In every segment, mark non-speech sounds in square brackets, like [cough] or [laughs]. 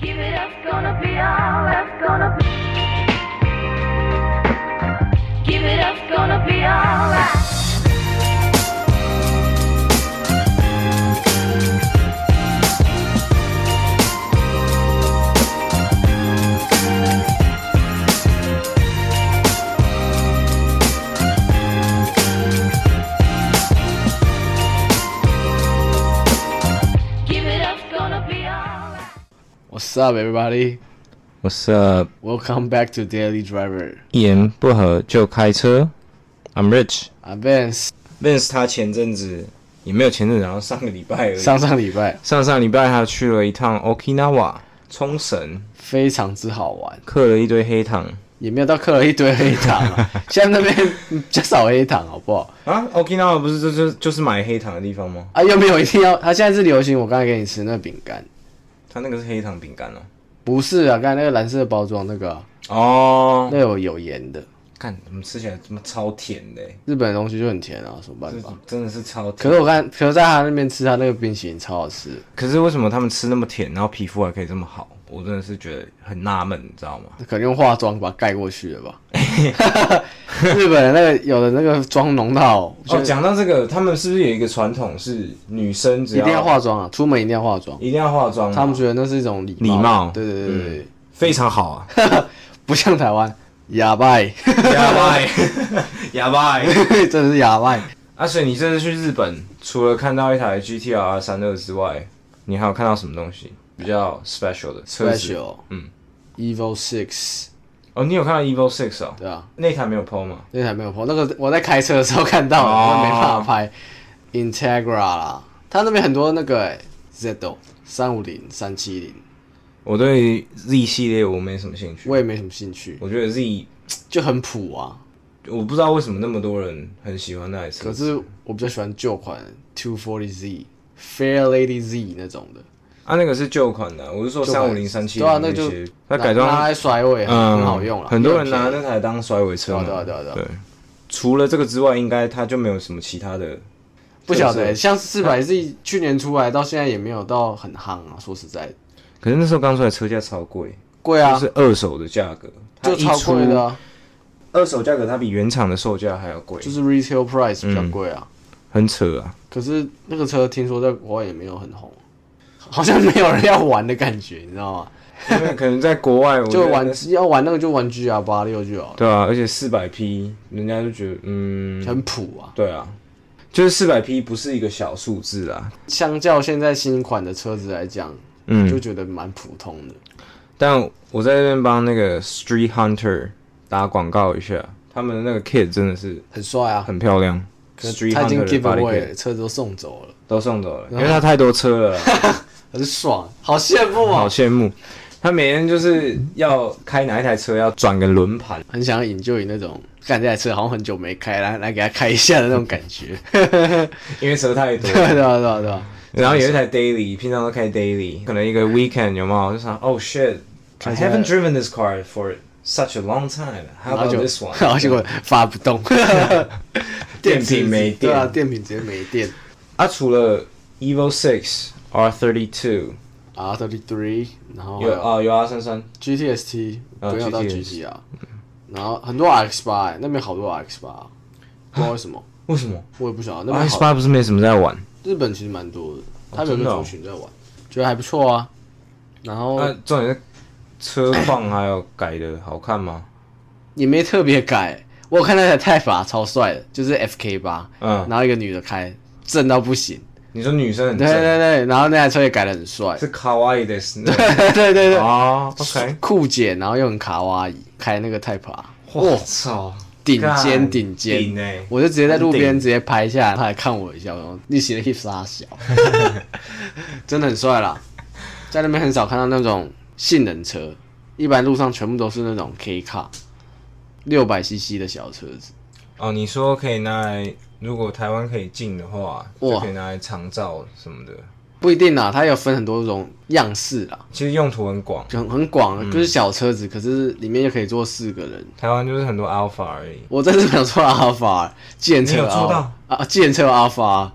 Give it up, gonna be all that's gonna be. Give it up, gonna be all that. Give it up, gonna be all that. What's up, everybody? 我是 Welcome back to Daily Driver. 一言不合就开车，I'm Rich。 I'm Vance。 Vince 他前阵子也没有前阵子，然后上个礼拜而已，上上礼拜上上礼拜他去了一趟 Okinawa 冲绳，非常之好玩，嗑了一堆黑糖也没有到嗑了一堆黑糖 [laughs] 啊。现在那边比较少黑糖，好不好？啊。Okinawa 不是就就就是买黑糖的地方吗？啊，又没有一定要。他现在是流行我刚才给你吃那饼干，他那个是黑糖饼干哦。不是啊，刚才那个蓝色包装那个啊、哦，那有有盐的。看怎么吃起来怎么超甜的欸，日本的东西就很甜啊，什么这办法？真的是超甜。可是我看，可是在他那边吃他那个冰淇淋超好吃，可是为什么他们吃那么甜，然后皮肤还可以这么好？我真的是觉得很纳闷，你知道吗？可能用化妆把它盖过去了吧。 [laughs] 日本的那个有的那个妆浓到，哦，讲到这个，他们是不是有一个传统是女生只一定要化妆啊，出门一定要化妆。一定要化妆啊？他们觉得那是一种礼礼貌嗯对对对对，对非常好啊，不像台湾 [laughs] 哑巴，哑巴欸， [laughs] 哑巴欸。 [laughs] 真的是哑巴。阿水，你这次去日本，除了看到一台 GTR 三二之外，你还有看到什么东西比较 special 的车子？ Special，嗯，Evil Six，哦，你有看到 Evil Six 哦？对啊，那台没有 PO 吗？那台没有碰，那个我在开车的时候看到了，哦我没办法拍。Integra 啦，他那边很多那个、欸、Zedo 三五零、三七零，我对 Z 系列我没什么兴趣，我也没什么兴趣，我觉得 Z 就很普啊。我不知道为什么那么多人很喜欢那台车。可是我比较喜欢旧款 Two Forty Z、Fair Lady Z 那种的，啊，那个是旧款的啊，我是说旧款三五零、三七对啊那那就些，它改拿拿装来甩尾很,、嗯好用了，很多人又便宜拿那台当甩尾车嘛。对啊对啊对啊对啊除了这个之外，应该它就没有什么其他的。不晓得、欸就是像四百 Z 去年出来到现在也没有到很夯啊，嗯说实在的，可是那时候刚出来，车价超贵，贵啊，就是二手的价格，它就一嗯超贵的、啊，出。二手价格它比原厂的售价还要贵，就是 retail price 比较贵啊。很扯啊。可是那个车听说在国外也没有很红，好像没有人要玩的感觉，你知道吗？因为可能在国外，我 [laughs] 觉就得玩那是要玩那个就玩 GR 八六就好了，对啊，而且四百匹，人家就觉得嗯，很普啊。对啊，就是四百匹不是一个小数字啊。相较现在新款的车子来讲，嗯，就觉得蛮普通的。但我在这边帮那个 Street Hunter 打广告一下，他们的那个 kit 真的是很帅啊，很漂亮。可是 Street 他已经 Hunter 的 give body away kit 了，车子都送走了，都送走了，因为他太多车了啦，很爽，好羡慕好啊！羡慕。他每天就是要开哪一台车，要转个轮盘。很想引咎于那种看这台车好像很久没开，来来给他开一下的那种感 [laughs] 觉。因为车太 [laughs] 多对。啊对啊对啊对啊，然后有一台 daily，平常都开 daily，可能一个 weekend 有没有？就想，Oh shit，I 开起来 haven't driven this car for such a long time. How 然后 about 就 this one？然后结果发不动， [laughs] 电瓶没电对啊，电瓶直接没电。啊，除了 Evo Six、R Thirty Two， R 3 3然后还有哦有啊有 R 三三， GTST 啊没有到 GTS GT 啊，然后很多 RX 八、欸那边好多 RX 八、不啊知道为什么，为什么？我也不晓得。那边 S 好，八不是没什么在玩，日本其实蛮多的，他们有真个的啊哦啊族群在玩，觉得还不错啊。然后那、重点是车况还有改的好看吗？也没特别改。我有看那台泰法超帅的，就是 FK 八，嗯然后一个女的开，正到不行。你说女生很对正，对对，然后那台车也改的很帅，是卡哇伊的是那种，对 [laughs] 对对，哦，OK，酷姐，然后又很卡哇伊，开那个泰法，我操，顶尖干顶尖顶欸我就直接在路边很顶直接拍下来，他还看我一下，然后你写的 hip 傻小， [laughs] 真的很帅啦。在那边很少看到那种性能车，一般路上全部都是那种 K 卡，六百 CC 的小车子。哦，你说可以拿来，如果台湾可以进的话，哇就可以拿来长照什么的，不一定啦，它有分很多种样式啦，其实用途很广。就很很广，啊嗯就是小车子，可是里面又可以坐四个人。台湾就是很多 Alpha 而已，我在日本有坐阿尔法，计程你车有坐阿到啊，计程车阿尔法，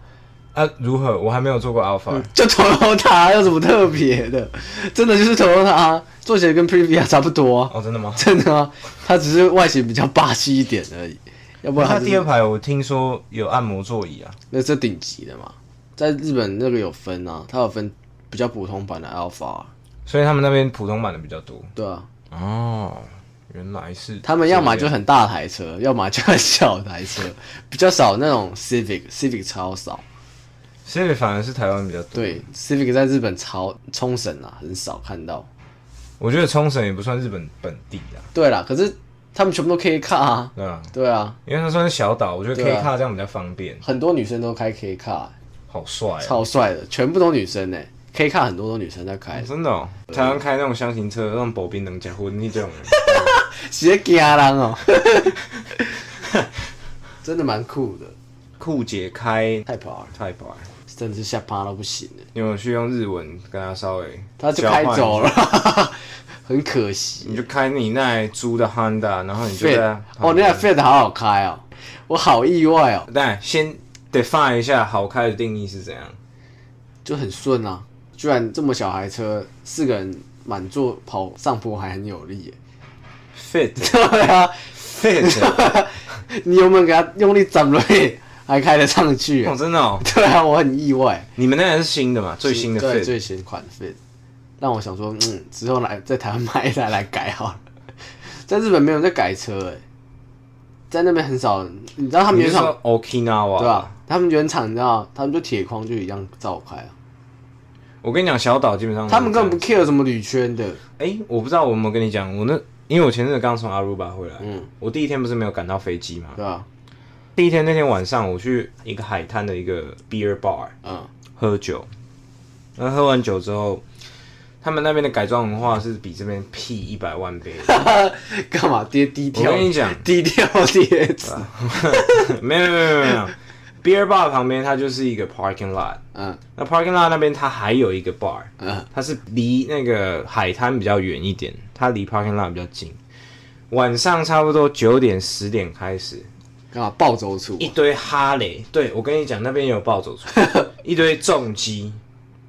啊，如何？我还没有做过 Alpha，就 Toyota 有什么特别的？真的就是 Toyota，啊做起来跟 Previa 差不多啊、哦，真的 [laughs] 吗？真的啊，它只是外形比较霸气一点而已。要不然它它就是第二排我听说有按摩座椅啊，那这顶级的嘛，在日本那个有分啊，它有分比较普通版的 Alpha，啊所以他们那边普通版的比较多。对啊，哦，原来是他们要么就这样很大台车，要么就很小台车， [laughs] 比较少那种 Civic，Civic 超少， Civic 反而是台湾比较多。对，Civic 在日本超冲绳啊很少看到，我觉得冲绳也不算日本本地啊，对啦，可是他们全部都 K car 啊，对啊，对啊，因为它算是小岛，我觉得对 K 啊卡这样比较方便，很多女生都开 K car，好帅啊！超帅的，全部都女生呢、K car 很多都女生在开哦，真的哦，台湾开那种箱型车，让薄冰能结婚那种，直接惊人哦， [laughs] 真的蛮酷的，酷姐开太跑了。太白，真的是吓趴到不行了，你有去用日文跟他稍微，他就开走，了， [laughs] 很可惜。你就开你那台租的 Honda，然后你就 Fit 在哦，那台 Fit 好好开哦，我好意外哦，但先 define 一下好开的定义是怎样，就很顺啊，居然这么小台车，四个人满座跑上坡还很有力耶。 [laughs] fit 对啊， fit，你有没有给他用力掌了，还开得上去耶哦，？真的哦， [laughs] [laughs] 对啊，我很意外。你们那台是新的嘛？最新的对 fit，最新款 Fit，让我想说，嗯，之后来在 [laughs] 台湾买一台来改好了。 [laughs] 在日本没有人在改车哎、在那边很少人，你知道他们你原是厂说 Okinawa 对啊吧、？他们原厂你知道，他们就铁框就一样照开啊，我跟你讲，小岛基本上他们根本不不 care 什么铝圈的，哎、我不知道我有没有跟你讲，我那因为我前阵子刚从阿鲁巴回来，嗯我第一天不是没有赶到飞机嘛，对吧、第一天那天晚上，我去一个海滩的一个 beer bar 嗯， [laughs] 喝酒，那喝完酒之后，他们那边的改装文化是比这边屁一百万倍。干嘛跌低调？我跟你讲 [laughs] 啊低调碟子， [laughs] 没有没有没有没有，beer bar 旁边它就是一个 parking lot，嗯那 parking lot 那边它还有一个 bar，嗯，它是离那个海滩比较远一点，它离 parking lot 比较近。晚上差不多九点十点开始，干嘛暴走族一堆哈雷，对我跟你讲，那边也有暴走 [laughs] 族，一堆重机，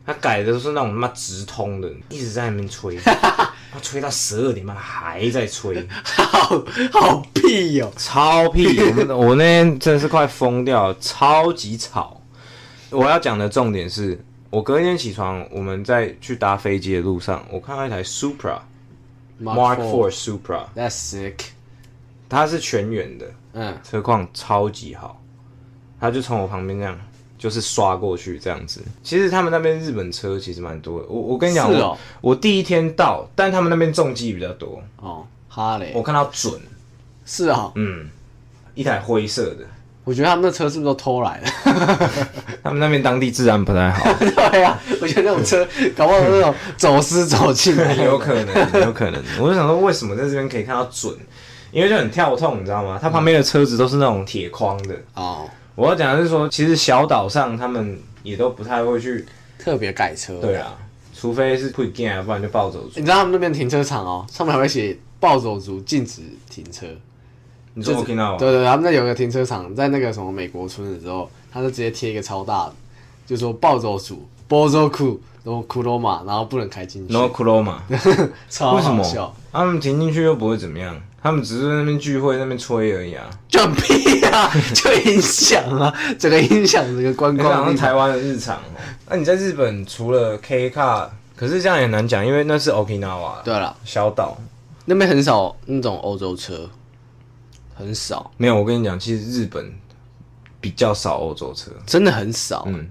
他改的都是那种他妈直通的，一直在那边 [laughs] 吹，他吹到十二点半还在吹， [laughs] 好好屁哦、超屁！我们我那天真的是快疯掉了，超级吵。我要讲的重点是，我隔天起床，我们在去搭飞机的路上，我看到一台 Supra Mark Four Supra， That's sick，它是全圆的，嗯，车况超级好，他就从我旁边这样，就是刷过去这样子。其实他们那边日本车其实蛮多的，我我跟你讲，是我哦我第一天到，但他们那边重机比较多，哦，哈雷我看到准，是啊、嗯，一台灰色的，我觉得他们那车是不是都偷来的？他们那边当地治安不太好， [laughs] 对啊，我觉得那种车搞不好那种走私走进 [laughs] 来， [laughs] 有可能，有可能。我就想说，为什么在这边可以看到准？因为就很跳痛，你知道吗？它旁边的车子都是那种铁框的。哦，我要讲的是说，其实小岛上他们也都不太会去特别改车。对，啊，除非是会 g a 不然就暴走族你。知道他们那边停车场哦，上面还会写“暴走族禁止停车你说 o ”。k i n a 对对对，他们那有个停车场，在那个什么美国村的时候，他就直接贴一个超大的，就说“暴走族 ”（Bozoku），然后库罗马，然后不能开进去 n o k u r o m a 超为什好笑么，？他们停进去又不会怎么样，他们只是在那边聚会那边吹而已啊。就很屁啊，就影响啊，整个影响整个观你光像地台方。湾的日常哦。 [laughs] 那、你在日本除了 K 卡，可是这样也难讲，因为那是 Okinawa 对了，小岛。那边很少那种欧洲车，很少，没有，我跟你讲，其实日本比较少欧洲车。真的很少。嗯，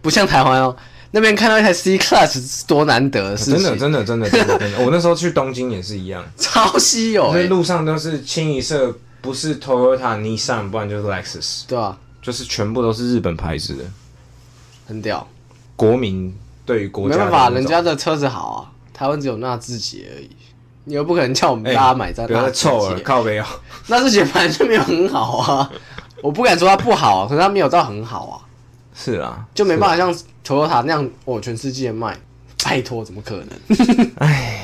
不像台湾哦，那边看到一台 C Class 是多难得的事真情，的，真的，真的，真的，真 [laughs] 的。我那时候去东京也是一样，超稀有、所以欸，路上都是清一色，不是 Toyota、Nissan，不然就是 Lexus，对啊，就是全部都是日本牌子的。很屌，国民对于国没家的办法，那种人家的车子好啊，台湾只有纳智捷而已，你又不可能叫我们大家买在哎不要纳再智臭了，捷，[laughs] 靠背哦。纳智捷本来就没有很好啊，我不敢说它不好，啊可是它没有到很好啊，是啊，就没办法法。像 Toyota 那样，我、全世界卖，拜托，怎么可能？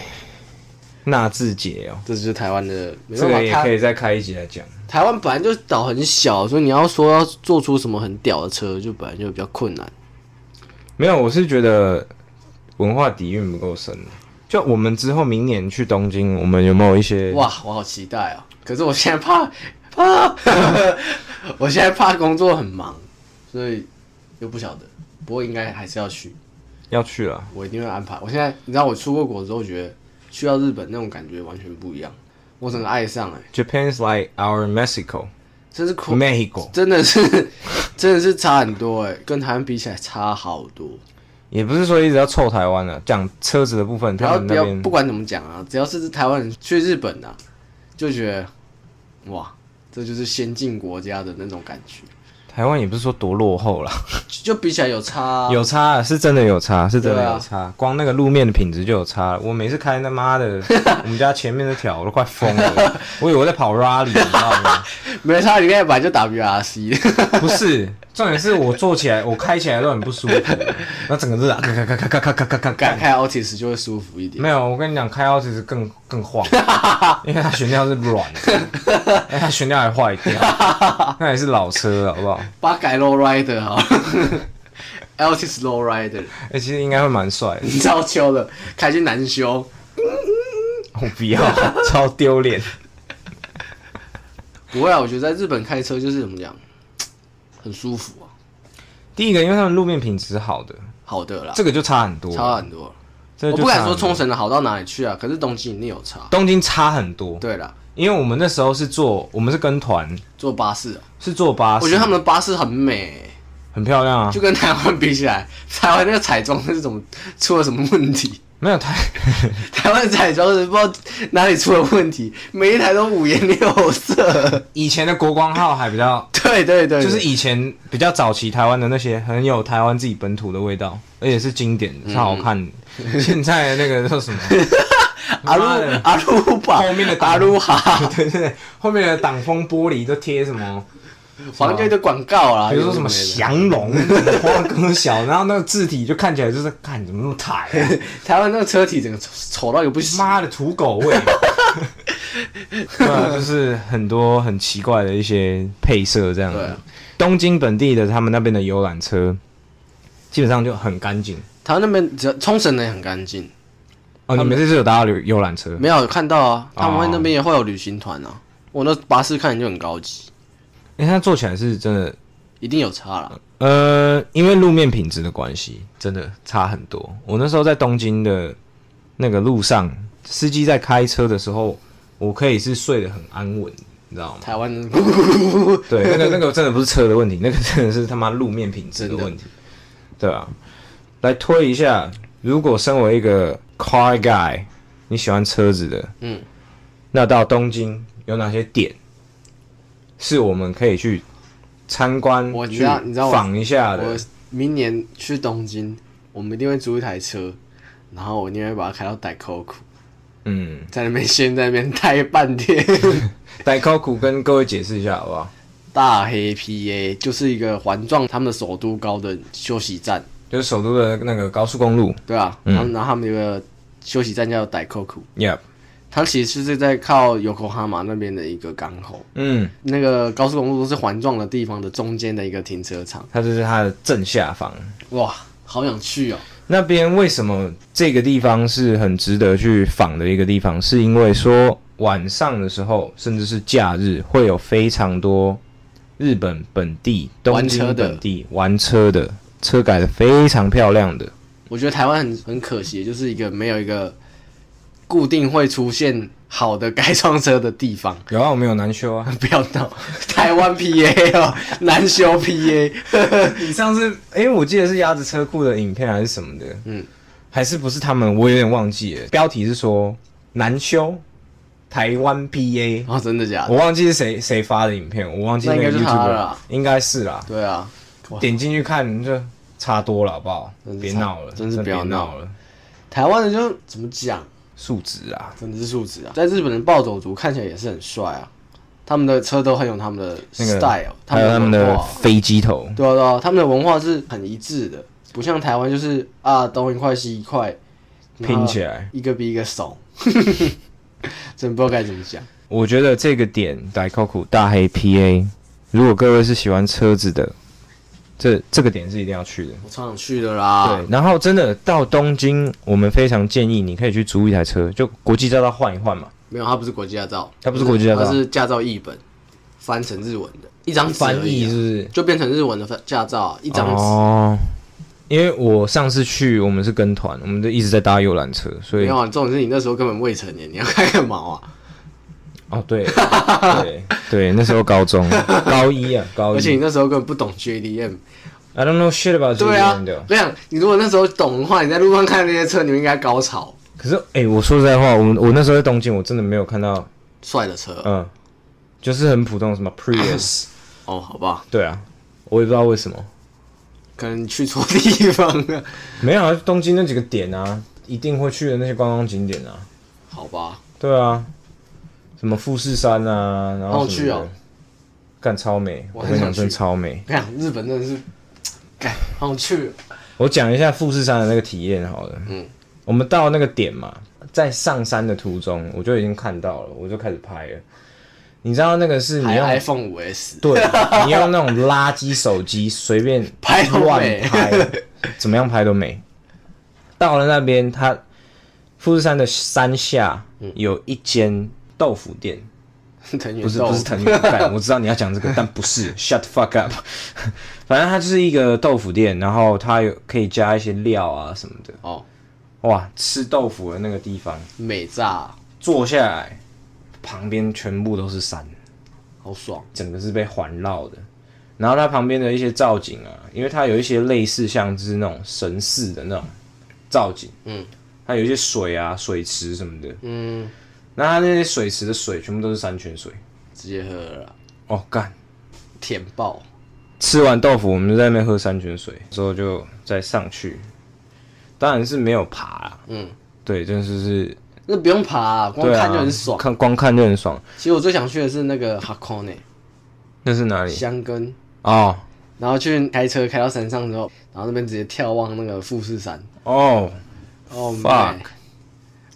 [laughs] 纳智捷哦，这就是台湾的，没这办个法，哦也它可以再开一集来讲。台湾本来就岛很小，所以你要说要做出什么很屌的车，就本来就比较困难。没有，我是觉得文化底蕴不够深。就我们之后明年去东京，我们有没有一些哇，我好期待哦！可是我现在怕 [laughs] 怕，我现在怕工作很忙，所以又不晓得。不过应该还是要去，要去啊了？我一定会安排。我现在你知道，我出过国之后，觉得去到日本那种感觉完全不一样，我整个爱上哎、 Japan's like our Mexico, 真是苦， Mexico 真的是 [laughs] 真的是差很多哎、跟台湾比起来差好多。也不是说一直要凑台湾的，讲车子的部分，不要他们不那要，边不管怎么讲啊，只要是台湾人去日本啊，就觉得哇，这就是先进国家的那种感觉，台湾也不是说多落后啦，就就比起来有差、啊。有差啊是真的有差，是真的对啊有差，光那个路面的品质就有差了。我每次开他 [laughs] 妈的我们家前面那条，我都快疯了，我以为我在跑 rally，你知道吗？没差，你看本来就 [laughs] WRC，不是，重点是我坐起来，我开起来都很不舒服，那整个热啊，咔咔咔咔咔咔咔咔咔改。开 Otis 就会舒服一点。没有，我跟你讲，开奥其实更 [laughs] 更晃，因为它悬吊是软的，因为它悬吊还坏掉，那也是老车了，好不好？八改 Low Rider 好 [laughs] ，Otis Low Rider 哎、其实应该会蛮帅的，超秋的，开去难修。我不要，超丢脸。不会啊，我觉得在日本开车就是怎么讲，很舒服啊，第一个，因为他们路面品质好的，好的啦，这个就差很多，差很多。这我个就不敢差很说多冲，绳的好到哪里去啊，可是东京一定有差。东京差很多，对啦，因为我们那时候是坐，我们是跟团，坐巴士啊、是坐巴士，我觉得他们的巴士很美，很漂亮啊就，跟台湾比起来，台湾那个彩妆是怎么出了什么问题？没有 [laughs] 台，台湾的彩妆是不知道哪里出了问题，每一台都五颜六 [laughs] 色。以前的国光号还比较对对对，就是以前比较早期台湾的那些很有台湾自己本土的味道，而且是经典，嗯是好看 [laughs] 的。现在的那个叫什么？阿鲁妈的阿鲁吧，后面的阿鲁 [laughs] 哈，对对对，后面的挡风玻璃都贴什么？反正就一堆广告啦，比如说什么有哎的没的降龙、花更小，然后那个字体就看起来就是，看怎么那么台、啊？台湾那个车体整个丑丑到一个不行。妈的土狗味。 [laughs] 对啊，就是很多很奇怪的一些配色这样对啊。东京本地的他们那边的游览车，基本上就很干净。台湾那边只要冲绳的也很干净，哦，你们这次有搭到游游览车？没有看到啊，他们哦那边也会有旅行团啊。我那巴士看起来就很高级，因为它做起来是真的，一定有差啦。呃，因为路面品质的关系，真的差很多。我那时候在东京的那个路上，司机在开车的时候，我可以是睡得很安稳，你知道吗？台湾的咕咕咕咕咕咕对，那个那个真的不是车的问题，那个真的是他妈路面品质的问题，对啊。来推一下，如果身为一个 car guy，你喜欢车子的，嗯，那到东京有哪些点是我们可以去参观、我知去道你知道我访一下的我？明年去东京，我们一定会租一台车，然后我一定会把它开到代扣库，嗯，在那边先在那边待半 [laughs] 天。代考古跟各位解释一下好不好？大黑 PA 就是一个环状他们的首都高的休息站，就是首都的那个高速公路对啊，然后、然后他们有个休息站叫代扣库， ，Yep，它其实是在靠 Yokohama 那边的一个港口，嗯，那个高速公路都是环状的地方的中间的一个停车场，它就是它的正下方。哇，好想去哦！那边为什么这个地方是很值得去访的一个地方？是因为说晚上的时候，甚至是假日，会有非常多日本本地、东玩车京的本地玩车的车改的非常漂亮的。我觉得台湾很很可惜，就是一个没有一个固定会出现好的改装车的地方。有啊，我们有难修啊。不要 [laughs] 闹，台湾 PA 哦，难修 PA，你上次，哎、我记得是鸭子车库的影片还是什么的，嗯，还是不是他们？我有点忘记了。标题是说难修台湾 PA， [laughs] 哦，真的假我的？忘记是谁谁发的影片，我忘记那应个该 YouTube，是他了啦应该是啦。对啊，哇点进去看就差多了，好不好真？是别差闹了，真是别不要闹闹了，台湾的就怎么讲，素质啊！真的是素质啊！在日本的暴走族看起来也是很帅啊，他们的车都很有他们的那个 style，、他还有他们们的文的化飞机头，对啊对啊，他们的文化是很一致的，不像台湾就是啊东一块西一块，然后拼起 [laughs] 来一个比一个怂，真不知道该怎么讲。我觉得这个点 d i c o c u 大黑 PA，如果各位是喜欢车子的，这这个点是一定要去的。我超想去的啦。对，，然后真的到东京，我们非常建议你可以去租一台车，就国际驾照换一换嘛。没有，它不是国际驾照，它不是国际驾照它是驾照译本，翻成日文的，一张纸而已啊翻译是不是？就变成日文的翻驾照啊，一张纸。哦，因为我上次去，我们是跟团，我们就一直在搭游览车，所没以有啊，重点是你那时候根本未成年，你要开个毛啊！哦，对对对，那时候高 [laughs] 中高一啊，高而且你一那时候根本不懂 JDM。 ，I don't know shit about 对啊 JDM，的我跟你讲，你如果那时候懂的话，你在路上看那些车，你们应该高潮。可是哎、我说实在话，我们我那时候在东京，我真的没有看到，帅的车嗯，就是很普通什么 Prius，哦，好吧，对啊，我也不知道为什么，可能你去错地方了，没有啊，东京那几个点啊，一定会去的那些观光景点啊， [laughs] 好吧，对啊，什么富士山啊，然好后去什么哦的，干超美，我我很跟你想讲真的去超美。我跟你讲，日本真的是，干，好想去哦，我讲一下富士山的那个体验好了。嗯嗯，我们到那个点嘛，在上山的途中，我就已经看到了，我就开始拍了。你知道那个是你还用 iPhone 五 [laughs] S，对，你用那种垃圾手机随便拍都乱美拍，怎么样拍都美。到了那边，它富士山的山下嗯有一间豆腐店，藤原不是豆不是藤原干， [laughs] 我知道你要讲 [laughs] 这个，但不是，shut the fuck up。反正它就是一个豆腐店，然后它有可以加一些料啊什么的。哦，哇，吃豆腐的那个地方，美炸，坐下来，旁边全部都是山，好爽，整个是被环绕的。然后它旁边的一些造景啊，因为它有一些类似像是那种神似的那种造景，嗯，它有一些水啊、水池什么的。嗯，那它那些水池的水全部都是山泉水。直接喝了啦，哦，干，甜爆，吃完豆腐，我们就在那边喝山泉水，之后就再上去，当然是没有爬啦。嗯，对，真的是是，那不用爬啊，光对啊看就很爽。看光看就很爽。其实我最想去的是那个 Hakone 那是哪里？香根，哦然后去开车开到山上之后，然后那边直接眺望那个富士山。哦，哦、oh, Fuck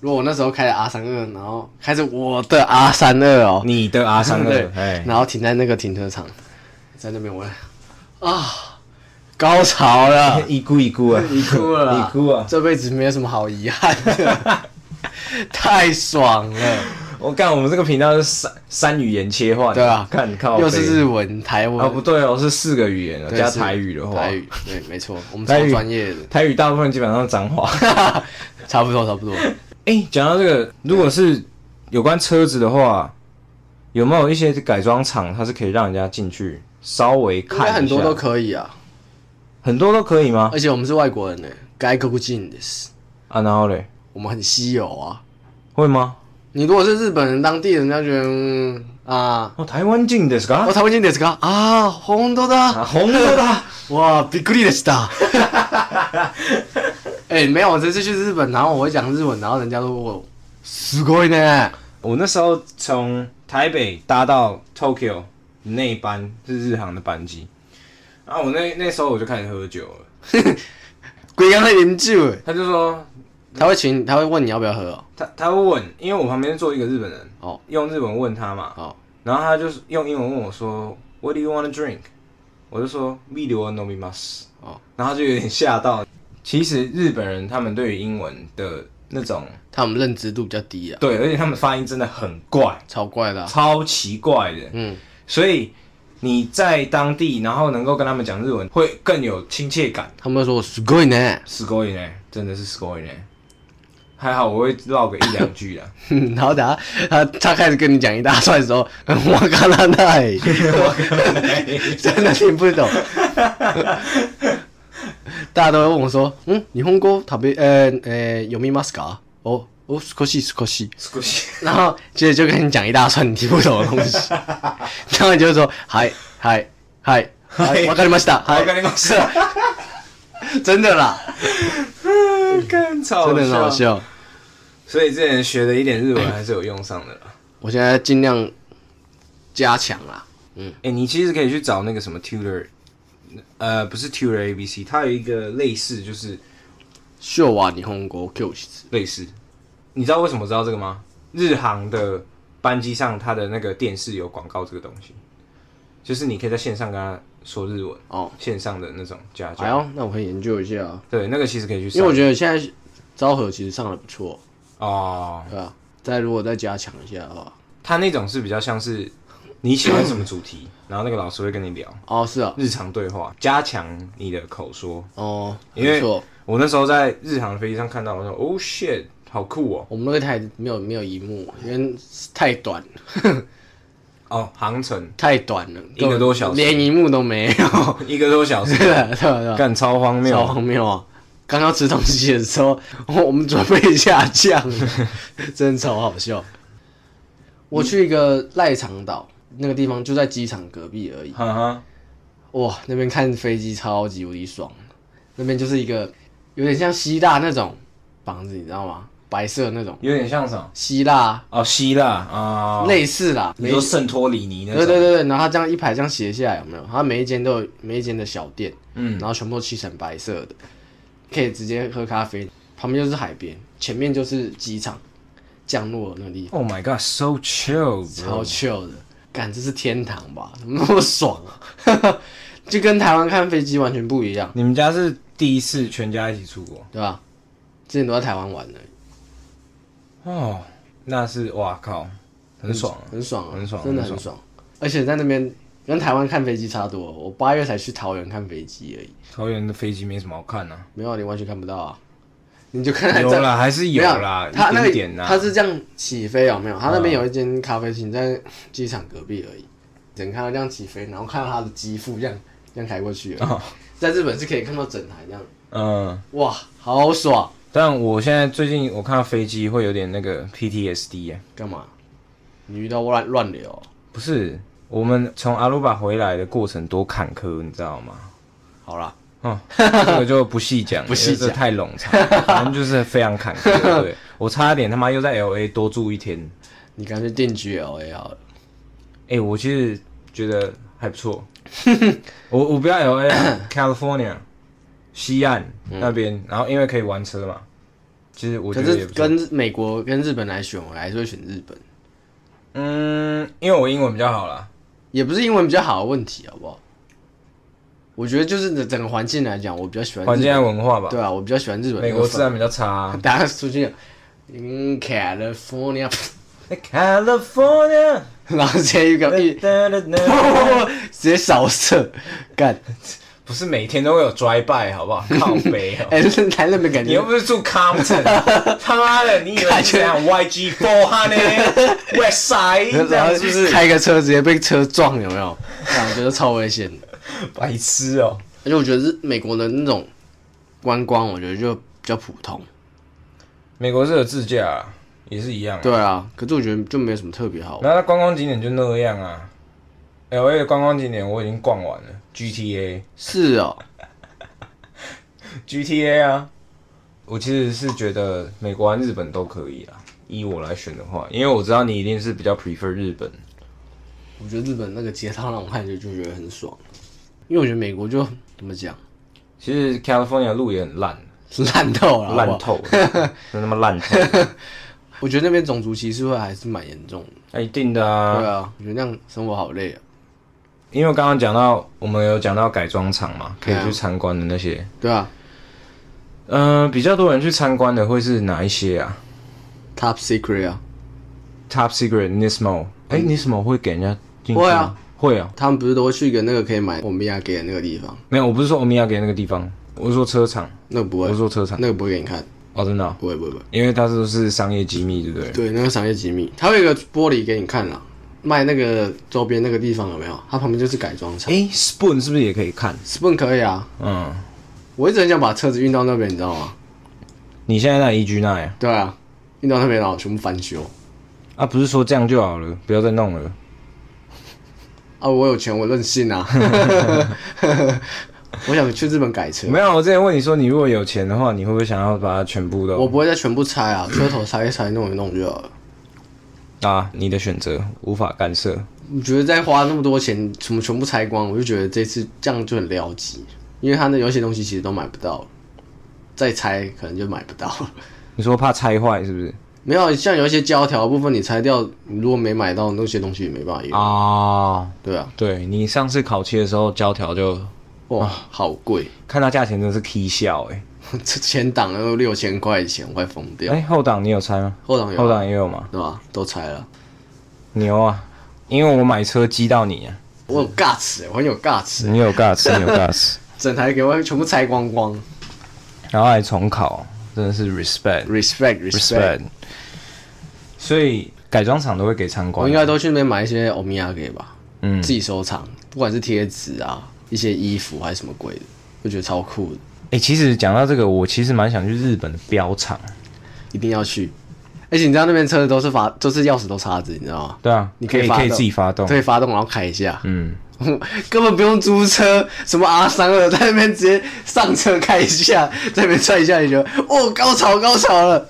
如果我那时候开了 R 三二，然后开着我的 R 三二哦，你的阿 [laughs] 三对二， [laughs] 哎，，然后停在那个停车场，在那边我啊，高潮了一姑一姑啊，你哭了啦，你哭啊！这辈子没有什么好遗憾的， [laughs] 太爽了，我干，我们这个频道是三三语言切换，对啊看靠背，又是日文、台文，啊，不对哦，是四个语言哦，对加是台语的话，台语对，没错，我们超台语专业的，台语大部分基本上是脏话。差不多差不多。哎、讲到这个，如果是有关车子的话，有没有一些改装厂它是可以让人家进去稍微应看一该下？很多都可哎以啊，很多都可以吗？而且我们是外国人呢，该国进的是，啊，然后嘞，我们很稀有啊。会吗？你如果是日本人当地人，人家觉得嗯啊，哦，台湾进的是我啊，台湾人ですか？啊，本当啊だ。红的啦。哇，びっくりでした。 [laughs] 哎、没有，我这次去日本，然后我会讲日文，然后人家说我すごいね。我那时候从台北搭到 Tokyo 那一班是日航的班机，然后我那那时候我就开始喝酒了，鬼刚在饮酒欸，他就说他会请，他会问你要不要喝哦。他他会问，因为我旁边坐一个日本人，哦，用日文问他嘛，哦，然后他就是用英文问我说 What do you want to drink？我就说 We do want to be mas。哦，然后他就有点吓到。其实日本人他们对于英文的那种他们认知度比较低啊，对，而且他们发音真的很怪，超怪的啊、超奇怪的。嗯，所以你在当地，然后能够跟他们讲日文，会更有亲切感。他们会说我すごいね。 [laughs] s c o r i 呢，真的是 s c o r i 呢。还好我会绕个一两句 [laughs] 啊 [laughs] 啦。嗯，然后等下他他开始跟你讲一大串的时候， [laughs] 嗯我靠那奈， [laughs] 真的听不 [laughs] 懂。大家都会问我说，嗯，你红哥特别呃呃有没有 mask 哦哦，少し少し。少し然后接着就跟你讲一大串你听不懂的东西， [laughs] 然后你就说嗨嗨嗨，嗨わかりました，嗨 [laughs] わかりました。真的啦， [laughs] 干超真的很好。笑。所以之前学的一点日文还是有用上的啦。我现在尽量加强啦，哎、你其实可以去找那个什么 Tutor，呃，不是 Tutor ABC，它有一个类似，就是秀啊，你红国 Q 类似。你知道为什么知道这个吗？日航的班机上它的那个电视有广告这个东西，就是你可以在线上跟他说日文，哦，线上的那种家哎教。呦，那我可以研究一下啊，对，那个其实可以去上，因为我觉得现在昭和其实上的不错，哦，对吧？再如果再加强一下的话，他那种是比较像是你喜欢什么主题，然后那个老师会跟你聊哦，是啊，日常对话，加强你的口说。哦，因为没错，我那时候在日航飞机上看到，我说哦 shit，好酷哦，我们那个台没有没有一幕，因为太短了 [laughs] 哦航程 [laughs] 太短了，一个多小时连一幕都没有， [laughs] 一个多小时，对啊对啊对啊干超荒谬，超荒谬啊！刚刚吃东西的时候， [laughs] 我我们准备下降了， [laughs] 真的超好笑。我去一个赖长岛那个地方，就在机场隔壁而已。哈哈，哇，那边看飞机超级无敌爽，那边就是一个有点像希腊那种房子，你知道吗？白色那种有点像什么？希腊哦，希腊啊，类似啦，你每说圣托里尼那对种，对对对，然后它这样一排这样斜下来，有没有？它每一间都有每一间的小店，嗯然后全部都漆成白色的，可以直接喝咖啡。旁边就是海边，前面就是机场降落的那个地方， ，Oh my god，so chill，超 chill 的，感这是天堂吧？怎么那么爽啊？ [laughs] 就跟台湾看飞机完全不一样，你们家是第一次全家一起出国对吧？之前都在台湾玩的，哦，那是哇靠，很爽啊，很爽啊，很爽真的很很爽。而且在那边跟台湾看飞机差多了，我八月才去桃园看飞机而已，桃园的飞机没什么好看呐、没有你完全看不到啊，你就看有 [laughs] 在啦，还是有没啦，他那一个点啊点呐、他是这样起飞哦有没有？他那边嗯有一间咖啡厅在机场隔壁而已，只能看到这样起飞，然后看到他的机腹这样这样开过去而已。哦在日本是可以看到整台这样，嗯，哇，好爽！但我现在最近我看到飞机会有点那个 PTSD 耶、干嘛？你遇到乱乱流哦？不是我们从阿鲁巴回来的过程多坎坷，你知道吗？ [laughs] 好啦，哦，这个就不细讲，不细因为这讲太冗长，反正就是非常坎坷。 [laughs] 对，我差点他妈又在 L A 多住一天。你干脆定居 L A 好了。哎、我其实觉得还 [laughs] 不错。我我不要 L A 啊 [coughs] ，California 西岸那边，然后因为可以玩车嘛，其实我觉嗯可得也是不错。跟美国跟日本来选，我还是会选日本，嗯，因为我英文比较好啦。也不是英文比较好的问题，好不好？我觉得就是整整个环境来讲，我比较喜欢日本环境和文化吧。对啊，我比较喜欢日本那个氛围。美国啊治安比较差、 [laughs] 大家出去，嗯，California， [laughs] California，然后直接一个一， [laughs] 直接扫射，干，不是每天都会有 drive by 好不好？靠背哦。哎、这台那边感你又觉，不是住 Compton，他妈的，你以为你是怎样 YG Four 哈呢？West Side 这然样后是不是？开个车直接被车撞，有没有？啊，我觉得超危险的。白痴哦、而且我觉得日美国的那种观光，我觉得就比较普通。美国是有自驾、啊，也是一样、啊。对啊，可是我觉得就没有什么特别好玩。然后它观光景点就那样啊。L A 的观光景点我已经逛完了，G T A 是哦， G T A 啊。我其实是觉得美国和日本都可以啊，依我来选的话，因为我知道你一定是比较 prefer 日本。我觉得日本那个街道让我看着就觉得很爽，因为我觉得美国就怎么讲，其实 California 的路也很烂，烂透了，烂。 [laughs] 透了，真他妈烂 [laughs] 透了。我觉得那边种族歧视会还是蛮严重的。那一定的啊，对啊，我觉得那样生活好累啊。因为刚刚讲到，我们有讲到改装厂嘛，可以对去啊参观的那些，对啊嗯、比较多人去参观的会是哪一些啊，Top Secret 啊， ？Top Secret、Nismo，哎、n i s m o 会给人家进去会吗啊？会啊，他们不是都会去一个那个可以买我们亚给的那个地方？没有，我不是说欧米亚给那个地方，我是说车厂，那个不我会是，说车厂，那个不会给你看，哦，真的哦、不会不会不会。因为它这都是商业机密，对不对？对，那个商业机密，它会有一个玻璃给你看啦，卖那个周边那个地方有没有？它旁边就是改装厂哎、s p o o n 是不是也可以看？ ，Spoon 可以啊。嗯，我一直很想把车子运到那边，你知道吗？你现在在 EG 那 E 呀？对啊，运到那边然后全部翻修啊，不是说这样就好了，不要再弄了。啊！我有钱，我任性啊！ [laughs] 我想去日本改车，没有，我之前问你说，你如果有钱的话，你会不会想要把它全部都？我不会再全部拆啊，车头拆一拆，弄一弄就好了。啊，你的选择无法干涉。我觉得再花那么多钱，全部全部拆光，我就觉得这次这样就很撩急，因为他那有些东西其实都买不到，再拆可能就买不到了。 [laughs] 你说怕拆坏是不是？没有像有一些胶条的部分你拆掉，你如果没买到那些东西也没办法用，啊。对啊，对你上次烤漆的时候，胶条就哇，好贵， [laughs] 看它价钱真是 K 笑哎、这前档要六千块钱，我快疯欸、掉哎、，后挡你有拆吗？后档有啊后挡也有吗？对吧？都拆了，牛啊！因为我买车激到你啊，我有 guts，欸我很有 guts，欸你有 guts，你有 guts，整台给我全部拆光光 [laughs] 然后还重烤，真的是 respect ，respect，respect。 respect。所以改装厂都会给参我观，应该都去那边买一些欧米亚给吧，嗯自己收藏，不管是贴纸啊、一些衣服还是什么鬼的，我觉得超酷的，哎、其实讲到这个，我其实蛮想去日本的标厂。一定要去。而且你知道那边车子都是发，都是钥匙都插着，你知道吗？对啊，你可可以以发可以动自己发动。可以发动，然后开一下，嗯， [laughs] 根本不用租车，什么 R 三二在那边直接上车开一下，在那边转一下，你就哦高潮高潮了。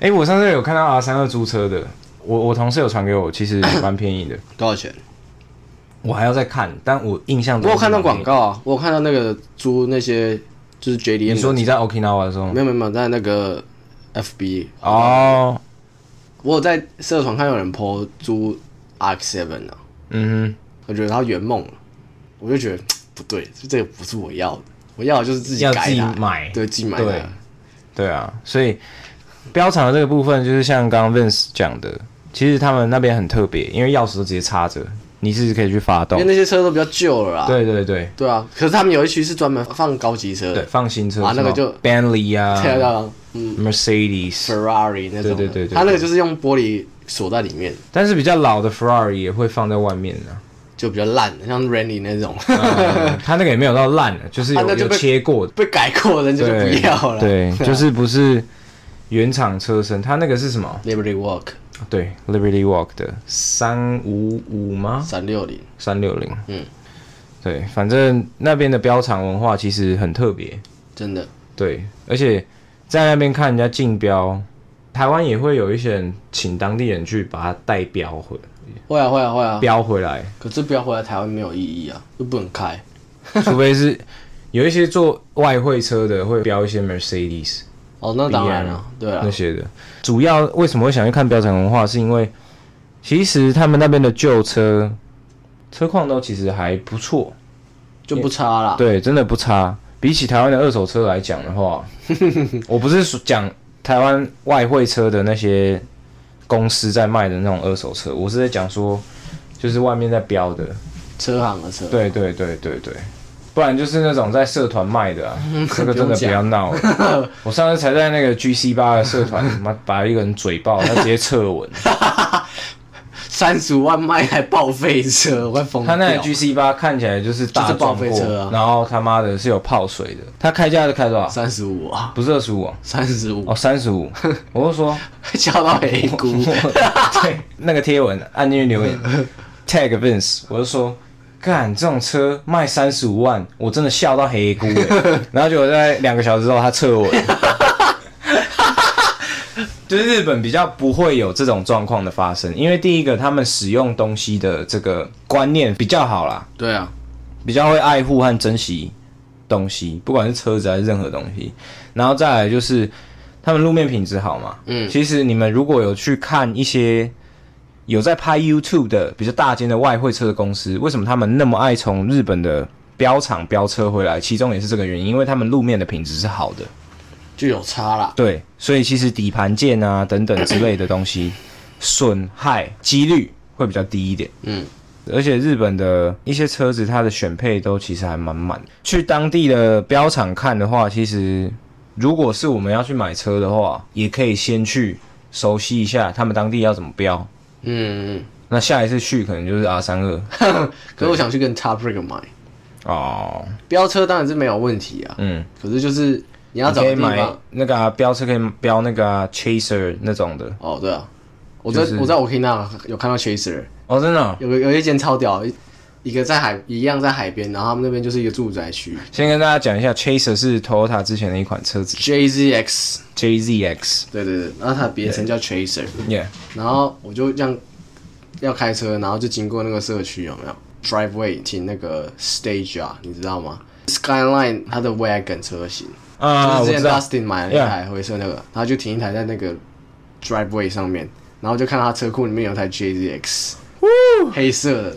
哎、我上次有看到 R 三二租车的，我我同事有传给我，[coughs] 其实蛮便宜的。多少钱？我还要再看，但我印象我中有看到是蛮广便宜。告啊，我有看到那个租那些就是 JDM，的你说你在 Okinawa 的时候没有没有没有在那个 FB 哦，我有在社团看有人 po 租 RX Seven 啊，嗯我觉得他圆梦了，我就觉得不对，这个不是我要的，我要的就是自己要改自己的，啊买对，自己买对的，哼，对啊，所以标厂的这个部分，就是像刚刚 Vince 讲的，其实他们那边很特别，因为钥匙都直接插着，你是可以去发因动为。那些车都比较旧了啦，对对对对啊，可是他们有一区是专门放高级车对，的，放新车啊那个就 Bentley 啊对啊，嗯，Mercedes， ，Ferrari 那种的，对对对对对他那个就是用玻璃锁在里面，但是比较老的 Ferrari 也会放在外面啊的、就比较烂，像 Randy 那 [laughs] 种 [laughs] 嗯它那个也没有到烂的，就是有、啊那就有被切过的，被改过的人就对，不要了， [laughs] 啊对，就是不是原厂车身，它那个是什么？ Liberty Walk 对，Liberty Walk 的三五五吗？三六零，三六零，嗯，对，反正那边的标厂文化其实很特别，真的对，而且在那边看人家竞标，台湾也会有一些人请当地人去把它带标回会啊会啊会啊，标回来，可是不要回来台湾没有意义啊，又不能开。除非是有一些做外汇车的会标一些 Mercedes 哦，那当然 BM 了，对啊那，些的。主要为什么会想去看标准文化，是因为其实他们那边的旧车车况都其实还不错，就不差啦。对，真的不差。比起台湾的二手车来讲的话，我不是说讲台湾外汇车的那些公司在卖的那种二手车，我是在讲说，就是外面在标的，车行的车，对对对对对，不然就是那种在社团卖 [laughs] 的啊，这个真不用的不讲要闹了。我上次才在那个 GC 八的 [laughs] 社团，妈把一个人嘴爆，他直接撤文。三十五万卖还报废车，我快疯他掉。那个 GC 八看起来就是大就是报撞废过车啊然后他妈的是有泡水的。他开价就开多少？三十五啊，不是二十五啊，三十五哦，， [laughs] 三十五。我就说，叫到黑 [laughs] 姑，哦对，那个贴文按进去留言 tag Vince，我就说。干这种车卖三十五万，我真的笑到黑咕、欸、然后结果在两个小时之后，他撤我。就是日本比较不会有这种状况的发生，因为第一个他们使用东西的这个观念比较好啦，对啊，比较会爱护和珍惜东西，不管是车子还是任何东西。然后再来就是他们路面品质好嘛，嗯其实你们如果有去看一些有在拍 YouTube 的比较大间的外汇车的公司，为什么他们那么爱从日本的标厂标车回来？其中也是这个原因，因为他们路面的品质是好的，就有差啦。对，所以其实底盘件啊等等之类的东西损害几率会比较低一点。嗯，而且日本的一些车子，它的选配都其实还蛮满。去当地的标厂看的话，其实如果是我们要去买车的话，也可以先去熟悉一下他们当地要怎么标。嗯， [laughs] 那下一次去可能就是 R 三二可是我想去跟 Top Break 买哦，飙车，当然是没有问题啊。嗯，可是就是你要你找可个以地买方，那个、啊、标车，可以标那个、啊、Chaser 那种的。哦，对啊，我在就是我在 Okina 有看到 Chaser，哦，真的哦、有个有一间超屌，一一个在海一样在海边，然后他们那边就是一个住宅区先跟大家讲一下，Chaser 是 Toyota 之前的一款车子，JZX， ，JZX，Yeah，对对对，然后它别称叫 Chaser。然后我就这样要开车，然后就经过那个社区，有没有？Driveway 停那个 Stage 啊，你知道吗？Skyline 它的 Wagon 车型，啊，就我是之知前道， Dustin 买了一台灰色那个，然后就停一台在那个 driveway 上面，然后就看到他车库里面有台 JZX，黑色的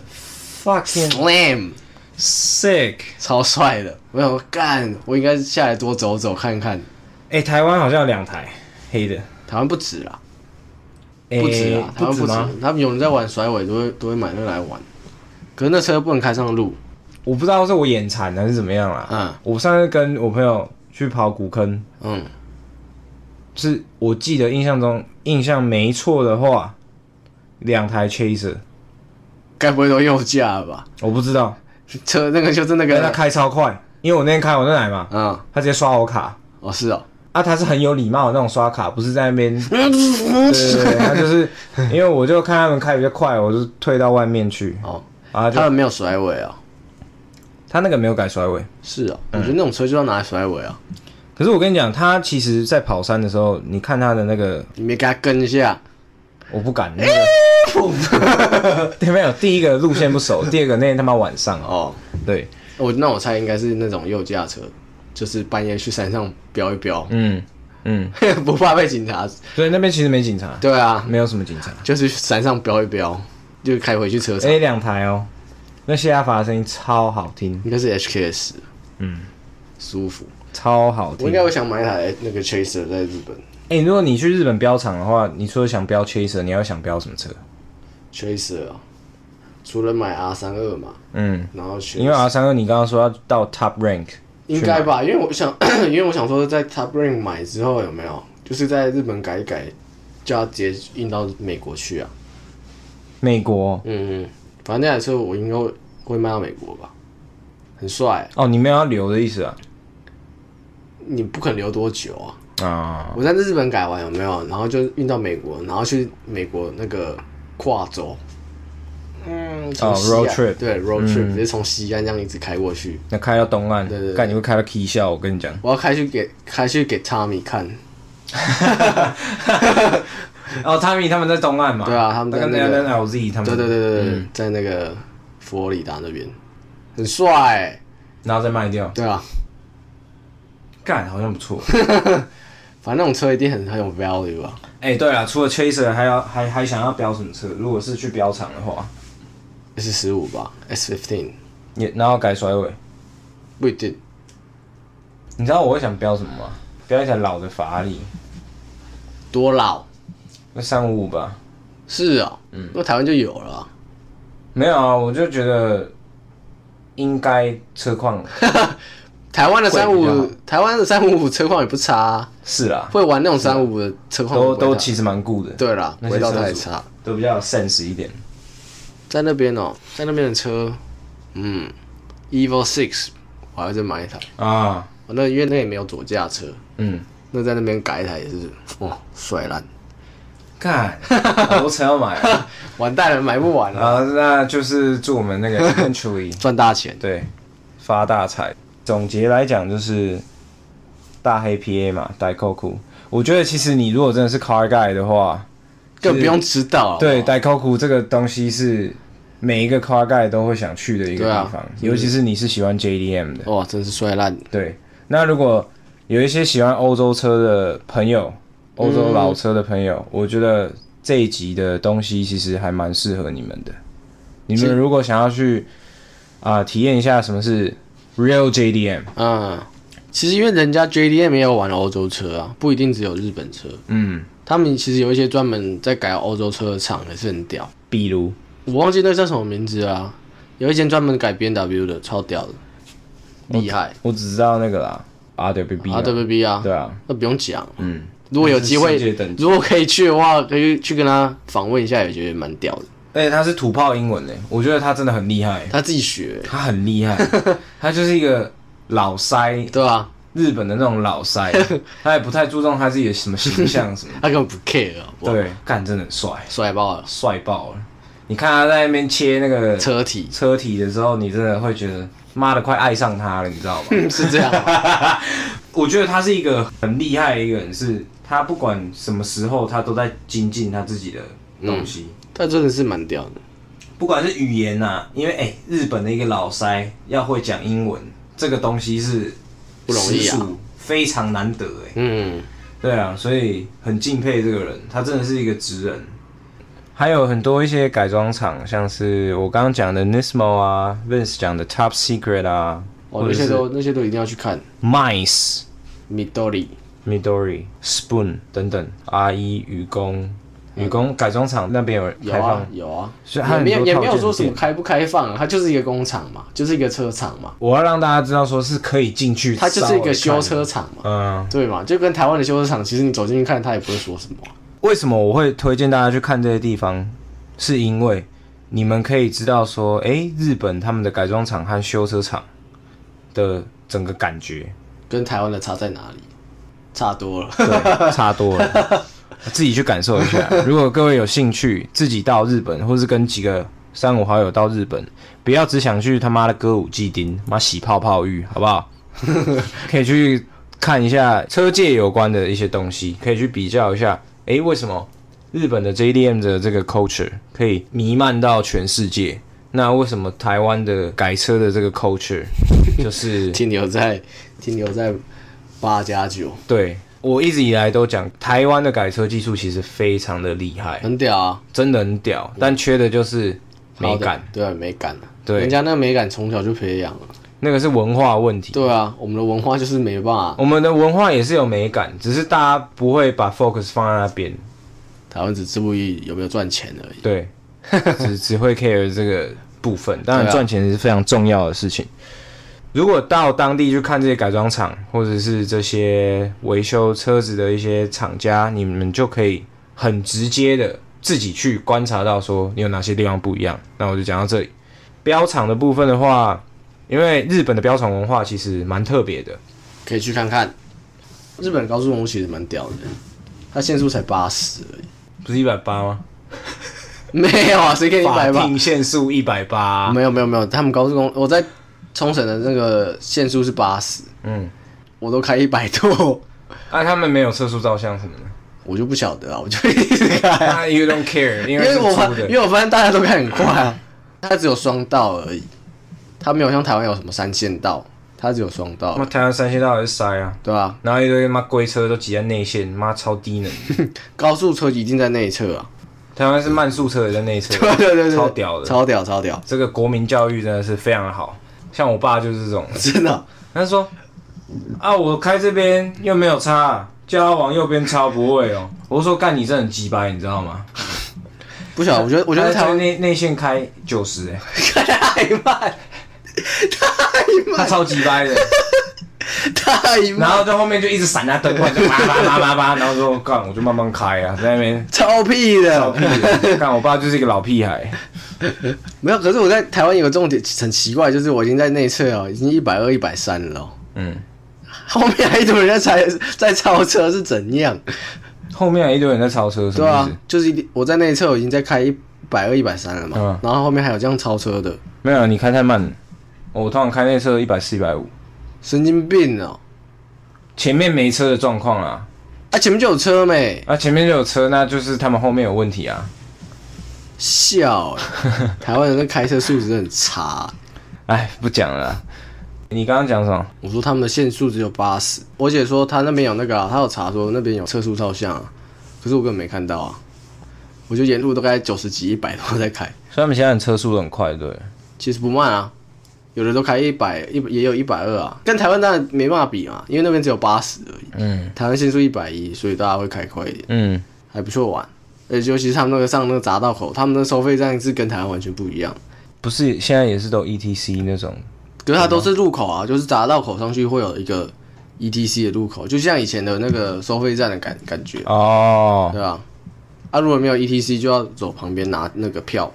fucking Slam， sick。超帅的。我想说，干，我应该下来多走走看看。哎、台湾好像有两台黑的，台湾不止啦，欸不止啦，台不湾止不止吗？，他们有人在玩甩尾，都会都会买那个来玩。可是那车不能开上路，我不知道是我眼馋还是怎么样啦。嗯我上次跟我朋友去跑古坑，嗯，是我记得印象中印象没错的话，两台 Chaser，该不会都右驾了吧？ [laughs] 我不知道，车那个就是那但他个，开超快，因为我那天开我那台嘛，嗯，他直接刷我卡。哦是 [laughs] 哦，啊，他是很有礼貌的那种刷卡，不是在那边，对对对，他就是因为我就看他们开比较快，我就退到外面去，哦，啊，就他们没有甩尾哦，他那个没有改甩尾，是哦，嗯我觉得那种车就要拿来甩尾啊，可是我跟你讲，他其实在跑山的时候，你看他的那个，你没给他跟一下，我不敢那个，没有，第一个路线不熟，第二个那天他妈晚上哦，哦，对，我那我猜应该是那种右驾车，就是半夜去山上飙一飙， [laughs] 嗯嗯，不怕被警察，所以那边其实没警察，对啊，没有什么警察，就是山上飙一飙，就开回去车哎、场，两台哦，那谢亚法的声音超好听，应该是 HKS，嗯，舒服。超好我听应，该会想买一台那个 Chaser 在日本哎、如果你去日本标场的话，你除了想标 Chaser，你要想标什么车？ Chaser 啊，除了买 R 三二嘛，嗯，然后 Chaser, 因为 R 三二你刚刚说要到 Top Rank，应该吧，因为我想， [clears throat] 因为我想说在 Top Ring 买之后有没有，就是在日本改一改，就要直接运到美国去啊。美国嗯，嗯，反正那台车我应该会会卖到美国吧，很帅、哦，你没有要留的意思啊？你不肯留多久啊？啊，我在日本改完有没有？然后就运到美国，然后去美国那个跨州，嗯，从哦西岸 road trip 嗯对 road trip，、直接从西岸这样一直开过去。那开到东岸对对，对干你会开到 K 笑，我跟你讲。我要开去给开去给 Tommy 看，哦，汤米他们在东岸嘛？对啊他们在跟那个跟 LZ 他们。嗯对对对对对，在那个佛罗里达那边，很帅、欸，然后再卖掉，对啊，干好像不错。 [laughs] 反正那种车一定很很有 value 啊。哎，对了，除了 Chaser，还要还还想要标什么车？如果是去标场的话， S 十五吧，S fifteen 也然后改甩尾。不一定，你知道我会想标什么吗？标一台老的法拉利，多老那三五五吧。是啊、嗯，那台湾就有了啊、没有啊，我就觉得应该车况台湾的三贵比较好五，台湾的三五五车况也不差、啊，是 [laughs] 啦，会玩那种三五的车况都不会都太其实蛮固的，对啦，那不些会到车太主差。都比较有 sense 一点。在那边哦、在那边的车，嗯，Evil Six，我还要再买一台。啊，哦那因为那也没有左驾车，嗯，那在那边改一台也是，哦，帅烂， [laughs] 干，好多车要买啊，完蛋了，买不完了，啊，那就是祝我们那 [laughs] 个 eventually 赚大钱。对发大财。总结来讲就是大黑 PA 嘛，代扣库。我觉得其实你如果真的是 car guy 的话，更不用啊知道。对代扣库这个东西是每一个 car guy 都会想去的一个对啊地方，尤其是你是喜欢 JDM 的。哇，真是帅烂。对，那如果有一些喜欢欧洲车的朋友，欧洲老车的朋友，我觉得这一集的东西其实还蛮适合你们的。你们是如果想要去啊、体验一下什么是 Real JDM，嗯，其实因为人家 JDM 也有玩欧洲车啊，不一定只有日本车。嗯，他们其实有一些专门在改欧洲车的厂也是很屌，比如我忘记那叫什么名字啊，有一间专门改 B N W 的，超屌的，哦厉害。我只知道那个啦，RWB，嘛 RWB 啊，对啊，那不用讲。嗯，如果有机会那是世界等，级如果可以去的话，可以去跟他访问一下，也觉得蛮屌的。而且他哎是土炮英文嘞，我觉得他真的很厉害，他自己学，他很厉 [laughs] 害，他就是一个老塞，对啊，日本的那种老塞，他也不太注重他自己的什么形象什么的。他根本不 care，好不好对，干真的很帅，帅爆了，帅爆了！你看他在那边切那个车 [laughs] 体车体的时候，你真的会觉得妈的快爱上他了，你知道吗？是这样吗， [laughs] 我觉得他是一个很厉害的一个人，是他不管什么时候，他都在精进他自己的嗯东西，他真的是蛮屌的。不管是语言呐、因为哎、日本的一个老塞要会讲英文，这个东西是不容易啊实属非常难得哎、嗯，对啊，所以很敬佩这个人，他真的是一个职人。还有很多一些改装厂，像是我刚刚讲的 Nismo 啊，Vince 讲的 Top Secret 啊，哦，或那者些是都那些都一定要去看。 Mice、 Midori， Midori、Spoon 等等，阿一愚公。愚公改装厂那边有有开放啊，有啊，所以它也很没有多也套没有件说什么店开不开放啊，它就是一个工厂嘛，就是一个车厂嘛，我要让大家知道，说是可以进去，它就是一个修车。厂嘛，嗯，对嘛，就跟台湾的修车厂，其实你走进去看，它也不会说什么啊。为什么我会推荐大家去看这些地方？是因为你们可以知道说，诶，日本他们的改装厂和修车厂的整个感觉，跟台湾的差在哪里？差多了。 [laughs] 对，差多了。 [laughs] 自己去感受一下。如果各位有兴趣，自己到日本，或是跟几个三五好友到日本，不要只想去他妈的歌舞伎町，妈洗泡泡浴，好不好？可以去看一下车界有关的一些东西，可以去比较一下。诶，为什么日本的 JDM 的这个 culture 可以弥漫到全世界？那为什么台湾的改车的这个 culture 就是停留在停留在八加九，对我一直以来都讲，台湾的改车技术其实非常的厉害，很屌啊，真的很屌，但缺的就是美好感的，，对啊，美感啊，对人家那个美感从小就培养了，啊那个是文化问题。对啊，我们的文化就是没办法，我们的文化也是有美感，只是大家不会把 focus 放在那边，台湾只注意有没有赚钱而已，对， [laughs] 只只会 care 这个部分。当然，对啊赚钱是非常重要的事情。如果到当地去看这些改装厂，或者是这些维修车子的一些厂家，你们就可以很直接的自己去观察到说你有哪些地方不一样。那我就讲到这里。标厂的部分的话，因为日本的标厂文化其实蛮特别的，可以去看看。日本的高速公路其实蛮屌的，它限速才八十而已，不是一百八吗？没有啊，谁给你法百吧？定限速一百八，没有没有没有，他们高速公我在冲绳的那个限速是八十，嗯，我都开一百多， [laughs] 啊，他们没有测速照相什么的。我就不晓得啊，我就一直开啊、 [laughs] 啊 You don't care，因因为为是我租发，的因为我发现大家都开很快啊，它只有双道而已，它没有像台湾有什么三线道，它只有双道妈，啊台湾三线道还是塞啊，对吧、啊？然后一堆妈龟车都挤在内线，妈超低能。高速车一定在内侧啊，台湾是慢速车也在内侧， [laughs] 对对对对，超屌的。超屌，超屌，这个国民教育真的是非常好，像我爸就是这种人，真的他说啊，我开这边又没有差、叫他往右边超不会哦。 [laughs] 我说干你这很鸡掰，你知道吗？不晓得，我觉得我觉得他台在湾内内线开九十，哎， [laughs] 太慢， [laughs] 他超鸡掰的。太慢，然后在后面就一直闪他灯光，就叭叭叭叭叭，然后说干我就慢慢开啊，在那边 [laughs] 超屁老的屁，孩，看我爸就是一个老屁孩，没有。可是我在台湾有个重点很奇怪，就是我已经在内侧哦，已经一百二、一百三了哦、 [laughs] 嗯，后面还一堆人在踩在超车是怎样？后面还一堆人在超车，什对么意啊思？，就是一定我在那一侧我已经在开一百二、一百三了嘛，嗯然后后面还有这样超车的，没有，你开太慢了，我通常开内侧一百四、一百五，神经病哦、前面没车的状况啦，啊，前面就有车没啊，前面就有车，那就是他们后面有问题啊，笑欸、 [laughs] 台湾人的开车素质很差。哎，不讲了啦，你刚刚讲什么？我说他们的限速只有八十，我姐说她那边有那个、啊，她有查说那边有测速照相、啊，可是我根本没看到啊，我就沿路大概九十几、一百多在开，所以他们现在的车速都很快，对，其实不慢啊，有的都开一百一，也有一百二啊，跟台湾当然没办法比嘛，因为那边只有八十而已，嗯台湾限速一百一，所以大家会开快一点。嗯，还不错玩。而且尤其是他们那个上那个匝道口，他们的收费站是跟台湾完全不一样。不是，现在也是都 E T C 那种，可是它都是入口啊，就是匝道口上去会有一个 ETC 的入口，就像以前的那个收费站的感感觉，哦，对吧、啊？啊，如果没有 ETC，就要走旁边拿那个票，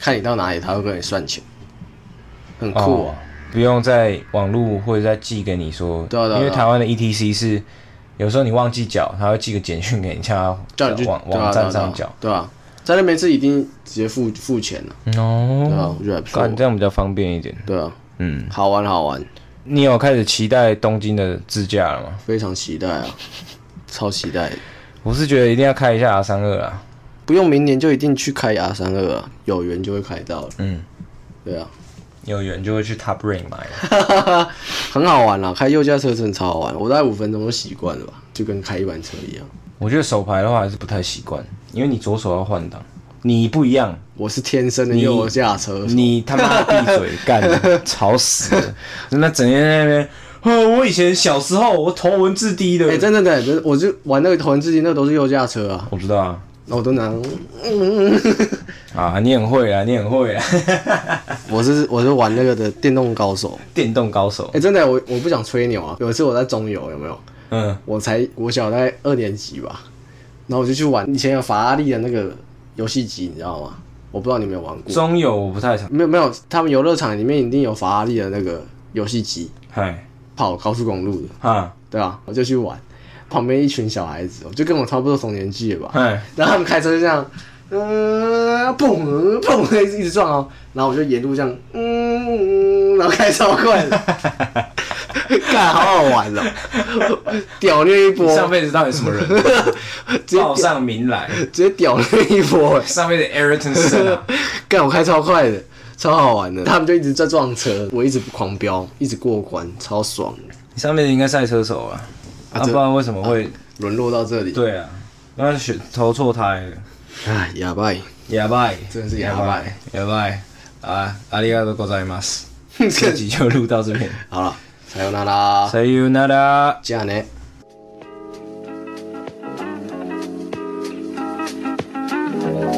看你到哪里，他会跟你算钱，很酷哦啊。，不用在网络或者再寄给你说，对啊对啊因为对啊台湾的 ETC 是有时候你忘记缴，他会寄个简讯给你，叫叫他你去网对啊网对啊站上缴。对啊，在那边是一定直接付付钱了、对啊，哦，我觉得还不错干，这样比较方便一点。对啊，嗯，好玩好玩，你有开始期待东京的自驾了吗？非常期待啊，超期待的。我是觉得一定要开一下 R 三二啊。不用明年就一定去开 R 三二啊，有缘就会开到了。嗯，对啊，有缘就会去 Top Ring 买。很好玩啦，开右驾车真的超好玩，我大概五分钟就习惯了吧，就跟开一般车一样。 [laughs] 我觉得手牌的话还是不太习惯，因为你左手要换挡，你不一样，我是天生的你右驾车手，你他妈闭嘴 [laughs] 干，吵死了！那整天在那边，哦，我以前小时候我头文字 D 的，哎、真的真的真的，我就玩那个头文字 D，那个都是右驾车啊，我知道啊，那我都拿，啊，你很会啊，你很会啊， [laughs] 我是我是玩那个的电动高手。电动高手哎、，真的，我我不想吹牛啊。有一次我在中游，有没有？嗯，我才国小大概二年级吧，然后我就去玩以前有法拉利的那个游戏机，你知道吗？我不知道你有没有玩过。中友我不太常，没有没有，他们游乐场里面一定有法拉利的那个游戏机，嗨，跑高速公路的，哈，对吧？我就去玩，旁边一群小孩子，我就跟我差不多同年纪了吧，嗨， [laughs] 然后他们开车就这样，嗯、砰砰，一直一直撞哦，然后我就沿路这样，嗯，嗯然后开超快的，干好好玩哦，屌虐一波，你上辈子到底什么人？直接报上名来，直接屌虐一波，上辈子 Ayrton Senna，干我开超快的，超好玩的，他们就一直在撞车，我一直狂飙，一直过关，超爽的，你上辈子应该赛车手啊，啊，这不然为什么会？沦落到这里，，对啊，那选投错胎了。哎，哑巴，やばい，真的是やばいやばい，やばい啊！ありがとうござい [laughs] ます。这集就录到这边，好了，才有那啦，さようなら。这样呢。 「